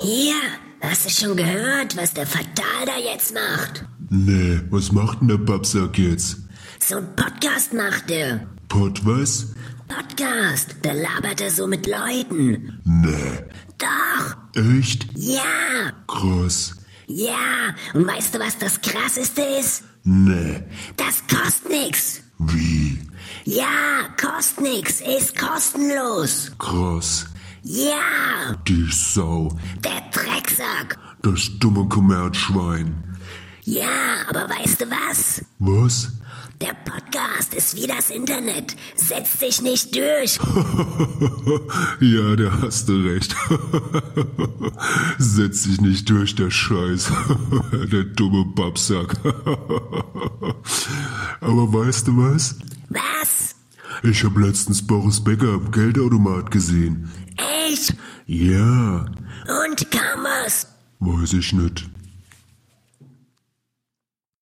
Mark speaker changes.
Speaker 1: Hier, hast du schon gehört, was der Fatal da jetzt macht?
Speaker 2: Nee, was macht denn der Babsack jetzt?
Speaker 1: So ein Podcast macht er.
Speaker 2: Pod was?
Speaker 1: Podcast, da labert er so mit Leuten.
Speaker 2: Nee.
Speaker 1: Doch,
Speaker 2: Echt?
Speaker 1: ja,
Speaker 2: Krass.
Speaker 1: ja. Und weißt du, was das Krasseste ist?
Speaker 2: Nee.
Speaker 1: Das kostet nix.
Speaker 2: Wie?
Speaker 1: Ja, kostet nix, ist kostenlos.
Speaker 2: Krass.
Speaker 1: Ja,
Speaker 2: Die Sau.
Speaker 1: der Drecksack.
Speaker 2: Das dumme Kommerzschwein.
Speaker 1: Ja, aber weißt du was?
Speaker 2: Was?
Speaker 1: Der Podcast ist wie das Internet. Setzt sich nicht durch.
Speaker 2: ja, da hast du recht. Setz dich nicht durch, der Scheiß. der dumme Babsack. Aber weißt du was?
Speaker 1: Was?
Speaker 2: Ich habe letztens Boris Becker am Geldautomat gesehen.
Speaker 1: Echt?
Speaker 2: Ja,
Speaker 1: Und kam was?
Speaker 2: weiß ich nicht.